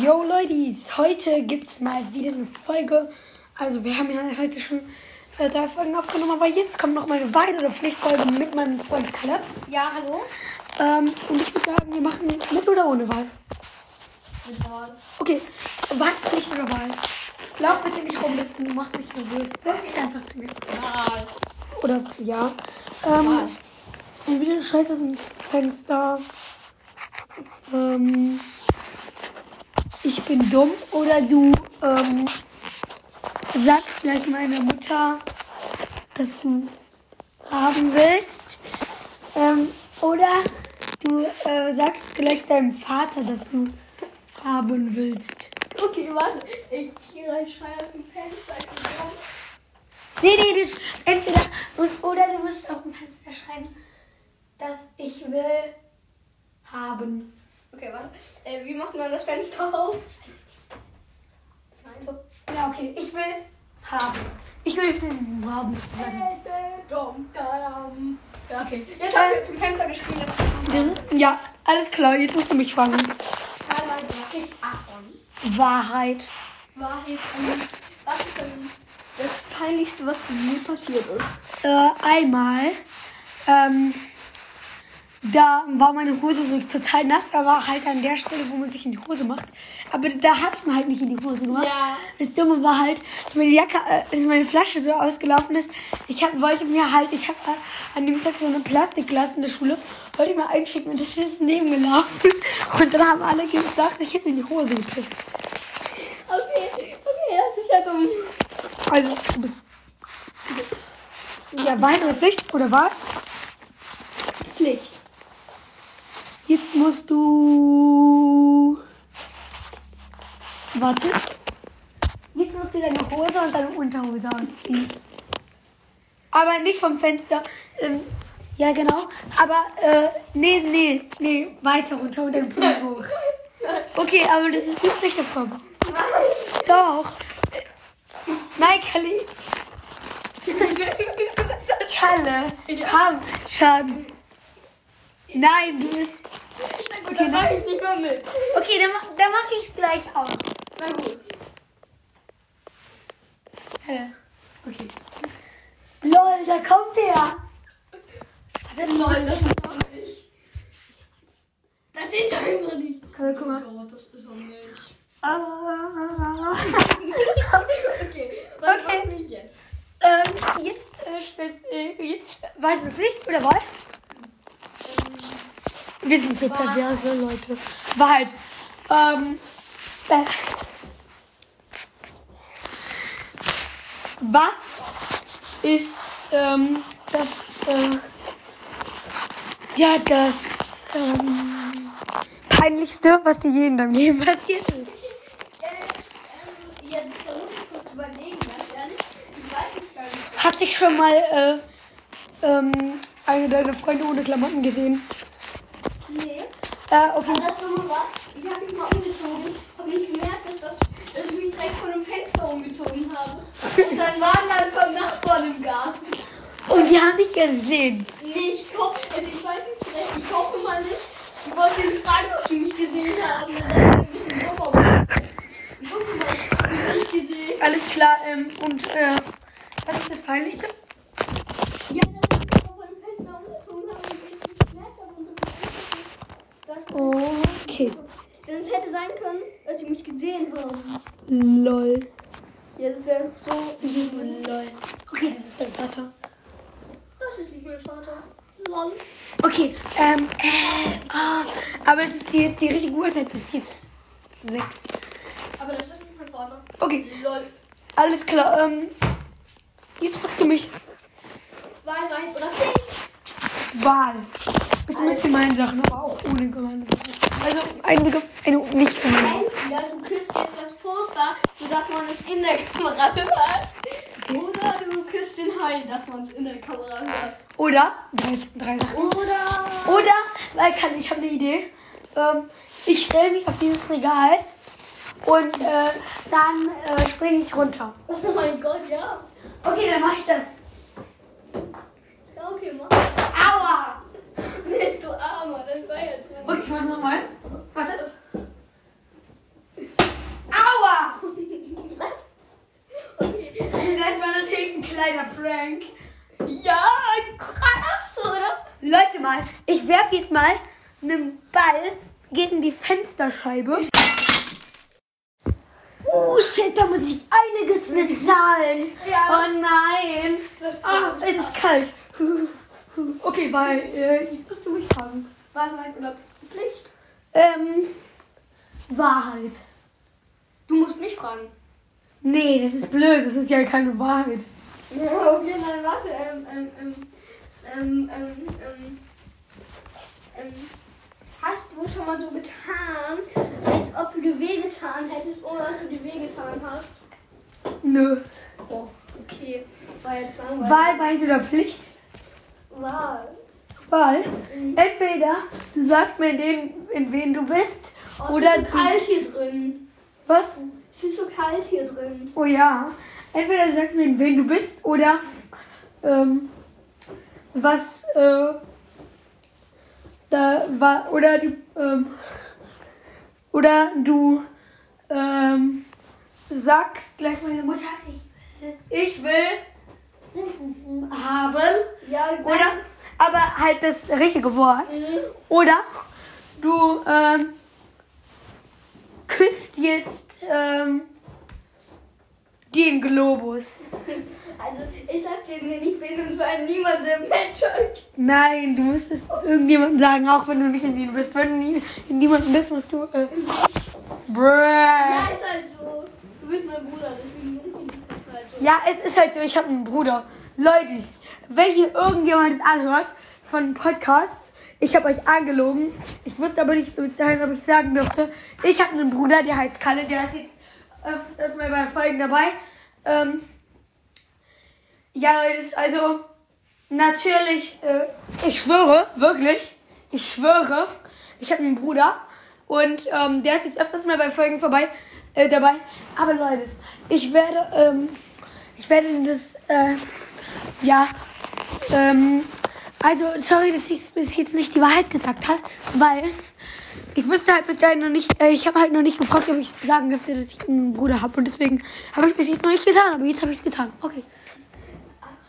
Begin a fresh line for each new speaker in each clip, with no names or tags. Yo Ladies, heute gibt's mal wieder eine Folge. Also wir haben ja heute schon äh, drei Folgen aufgenommen, aber jetzt kommt noch mal eine weitere Pflichtfolge mit meinem Freund Kalle.
Ja, hallo.
Ähm, und ich würde sagen, wir machen mit oder ohne Wahl. Okay, Wahlpflicht oder Wahl? Lauf bitte nicht rum, das macht mich nervös. Setz dich einfach zu mir.
Ah,
Oder ja. Ähm, und wieder Scheiße aus dem Fenster. Ähm, ich bin dumm oder du ähm, sagst gleich meiner Mutter, dass du haben willst. Ähm, oder du äh, sagst gleich deinem Vater, dass du haben willst.
Okay, warte. Ich schreie schrei aus dem Fenster. ich bin dran.
Nee, nee, du, sch-
Entweder und, oder du musst auf dem Fenster schreien, dass ich will haben. Okay, warte. Äh, wie macht man das Fenster auf? Ja, okay. Ich will haben.
ich will hm, haben sagen.
Dum, dadam. Ja, okay. Jetzt hab ich zum Fenster geschrien. Jetzt
Wir sind- Hm? Ja, alles klar, jetzt musst du mich fragen.
Teilweise Nachricht Aaron.
Wahrheit.
Wahrheit und was ist denn das Peinlichste, was dir passiert ist?
Äh, einmal, ähm, da war meine Hose so total nass, aber halt an der Stelle, wo man sich in die Hose macht. Aber da habe ich mir halt nicht in die Hose gemacht.
Ja.
Das Dumme war halt, dass meine Jacke, äh, dass meine Flasche so ausgelaufen ist. Ich hab, wollte mir halt, ich habe an dem Tag so eine Plastikglas in der Schule, wollte ich mir einschicken und das ist nebengelaufen. Und dann haben alle gedacht, ich hätte in die Hose gekriegt.
Okay, okay, das ist ja dumm.
Also, du bist. Ja, weitere Pflicht oder was?
Pflicht.
Jetzt musst du. Warte. Jetzt musst du deine Hose und deine Unterhose ausziehen. Aber nicht vom Fenster. Ähm, ja, genau. Aber, äh, nee, nee, nee. Weiter runter und den Pulli hoch. Okay, aber das ist nicht sicher vom. Doch. Nein, Kalle. Kalle.
Ja.
Komm, schon. Nein, du bist.
Na gut, dann mach ich nicht mehr mit.
Okay, dann, ma- dann mache ich es gleich auch.
Na gut.
Hä? Okay. Lol, da kommt er. Warte,
Nein, das ist doch nicht. Das ist einfach nicht.
Komm, guck mal.
Gott, das ist doch nicht.
Ah.
okay, was
Okay.
machen wir jetzt?
Ähm, jetzt, äh, stellst, äh, jetzt, war ich eine Pflicht oder was? Wir sind so
Wahrheit.
perverse Leute. Wahrheit. Ähm, äh, was ist, ähm, das, äh, ja, das, ähm, peinlichste, was dir je in deinem Leben passiert ist?
Äh, ähm, jetzt muss ich kurz überlegen, ganz ehrlich. Ich weiß nicht gar nicht.
Hat dich schon mal äh, ähm, eine deiner Freunde ohne Klamotten gesehen?
Nee.
Äh, okay.
Das Dumme war, ich habe mich mal umgezogen, habe nicht gemerkt, dass, das, dass ich mich direkt von dem Fenster umgezogen habe. Und dann waren da einfach Nachbarn im Garten.
Und die haben dich gesehen.
Nee, ich koche, also ich weiß nicht so recht, ich koche mal nicht. Ich wollte sie nicht fragen, ob sie mich gesehen haben. Und dann hab ich ein bisschen doof ausgesehen. Ich hoffe mal, ich hab mich nicht gesehen.
Alles klar, ähm, und äh, was ist das Peinlichste?
Ja, dass ich mich von dem Fenster umgezogen habe und ich nicht gemerkt habe. Und das ist das,
Okay.
Denn es hätte sein können, dass sie mich gesehen haben.
Lol.
Ja, das wäre so übel.
Lol. Okay, das ist dein Vater.
Das ist nicht mein Vater. Lol.
Okay, ähm, äh, ah, aber es ist die, jetzt die richtige Uhrzeit. Es ist jetzt sechs.
Aber das ist nicht mein Vater.
Okay,
Lol.
alles klar, ähm, jetzt fragst du mich.
Wahlreich oder Pflicht?
Wahl. Also mit gemeinen Sachen, aber auch ohne gemeine Sachen. Also eine, eine nicht gemeine.
Entweder du küsst jetzt das Poster, sodass man es in der Kamera hört. Oder du küsst den Hai, dass man es in der Kamera hört.
Oder drei, drei Sachen.
Oder.
Oder, weil kann, ich habe eine Idee. Ähm, ich stelle mich auf dieses Regal und äh, dann äh, springe ich runter.
Oh mein Gott, ja.
Okay, dann mache ich das.
Ja, okay, mach.
Aua!
Bist du armer, das war ja dran.
Okay, ich mach nochmal. Warte. Leute mal, ich werfe jetzt mal einen Ball gegen die Fensterscheibe. Oh shit, da muss ich einiges mit zahlen.
Ja.
Oh nein.
Das ist
Ah, es ist kalt. Okay, bye. Äh, jetzt musst du mich fragen.
Wahrheit oder Pflicht?
Ähm, Wahrheit.
Du musst mich fragen.
Nee, das ist blöd. Das ist ja keine Wahrheit.
Ja, okay, dann warte. Ähm, ähm, ähm, ähm, ähm, ähm, ähm. Hast du schon mal so getan, als ob du dir wehgetan hättest, ohne dass du dir wehgetan hast?
Nö.
Oh, okay. War jetzt langweilig.
Wahl, Wahrheit oder Pflicht?
Wahl.
Wahl.
Mhm.
Entweder du sagst mir, in, dem, in wen du bist,
Oh,
oder
es ist
du,
so kalt hier drin.
was?
Es ist so kalt hier drin.
Oh ja. Entweder du sagst mir, in wen du bist, oder ähm, was äh, da war, oder du ähm, oder du ähm, sagst gleich meine Mutter, ich will, ich will haben.
Ja, dann-
Oder? Aber halt das richtige Wort.
Mhm.
Oder du ähm, küsst jetzt ähm, den Globus.
Also, ich sag dir nicht, ich bin und zwar niemand der Menschheit.
Nein, du musst es irgendjemandem sagen, auch wenn du nicht in Wien bist. Wenn du nie in niemandem bist, musst du. Äh,
Ja,
bruh.
ist halt so. Du bist mein Bruder, deswegen ist halt so.
Ja, es ist halt so, ich habe einen Bruder. Leute, wenn hier irgendjemand das anhört von Podcasts, ich habe euch angelogen. Ich wusste aber nicht bis dahin, ob ich sagen durfte. Ich habe einen Bruder, der heißt Kalle, der ist jetzt öfters mal bei Folgen dabei. Ähm, ja, Leute, also natürlich, äh, ich schwöre, wirklich, ich schwöre, ich habe einen Bruder und ähm, der ist jetzt öfters mal bei Folgen vorbei äh, dabei. Aber Leute, ich werde, ähm, ich werde das, äh, ja, ähm, also sorry, dass ich bis jetzt nicht die Wahrheit gesagt habe, weil ich wusste halt bis dahin noch nicht, äh, ich habe halt noch nicht gefragt, ob ich sagen dürfte, dass ich einen Bruder habe und deswegen habe ich es bis jetzt noch nicht getan, aber jetzt habe ich es getan. Okay.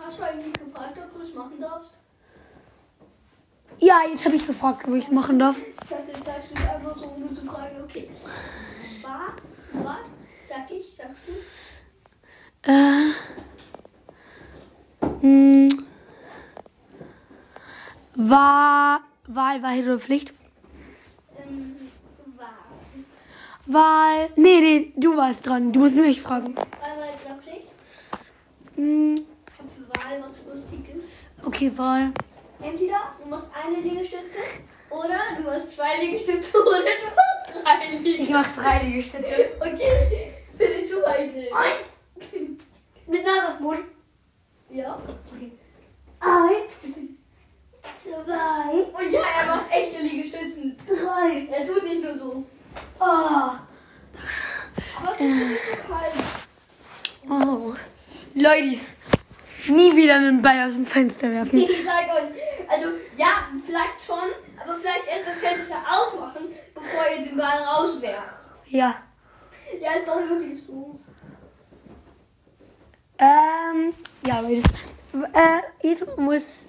Hast du eigentlich gefragt, ob du es machen darfst?
Ja, jetzt habe ich gefragt, ob ich es machen darf.
Das jetzt sagst du es einfach so, ohne zu fragen, okay. War, war, sag ich, sagst du?
Äh. hm. Mh, war. Wahl, Wahrheit oder Pflicht?
Ähm, war.
Wahl. Nee, nee, du warst dran. Du musst nur mich fragen.
War, war, glaub ich.
Mh,
Ich hab für Wahl was Lustiges.
okay, Wahl.
Entweder du machst eine Liegestütze oder du machst zwei Liegestütze oder du machst drei Liegestütze.
Liegestütze.
Okay, finde ich super Idee.
Eins. Mit Nase auf Boden.
Ja.
Eins. Zwei.
Und ja, er macht echte Liegestützen.
Drei.
Er tut nicht nur so.
Oh.
Aber es ist nicht so kalt.
Oh. Leute, nie wieder einen Ball aus dem Fenster werfen.
Ich sag euch, also ja, vielleicht schon, aber vielleicht erst das Fenster aufmachen, bevor ihr den Ball rauswerft.
Ja.
Ja, ist doch wirklich so.
Ähm, ja, Leute. Äh, jetzt muss.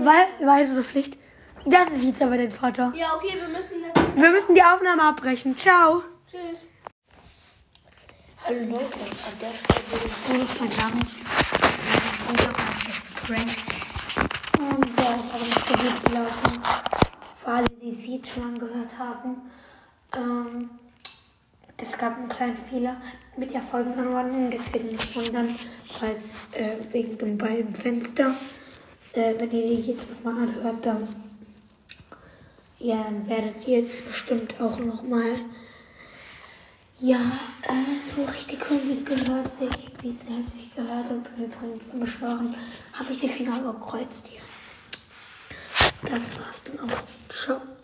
Wahl, Wahrheit oder Pflicht? Das ist jetzt aber dein Vater.
Ja, okay, wir müssen jetzt.
Wir müssen die Aufnahme abbrechen. Ciao.
Tschüss.
Hallo Leute, an der Stelle würde ich Bruder verklagen. Bruder hat Und der ist aber nicht so gut gelaufen. Für alle, die es jetzt schon angehört haben. Ähm, es gab einen kleinen Fehler mit der Folgenanordnung. Deswegen nicht wundern, falls äh, wegen dem Ball im Fenster. Äh, wenn ihr die jetzt nochmal anhört, dann ja, dann werdet ihr jetzt bestimmt auch nochmal ja, äh, so richtig cool, wie es gehört sich, wie es halt sich gehört und übrigens im Beschwören habe ich die Finger überkreuzt hier. Das war's dann auch. Ciao.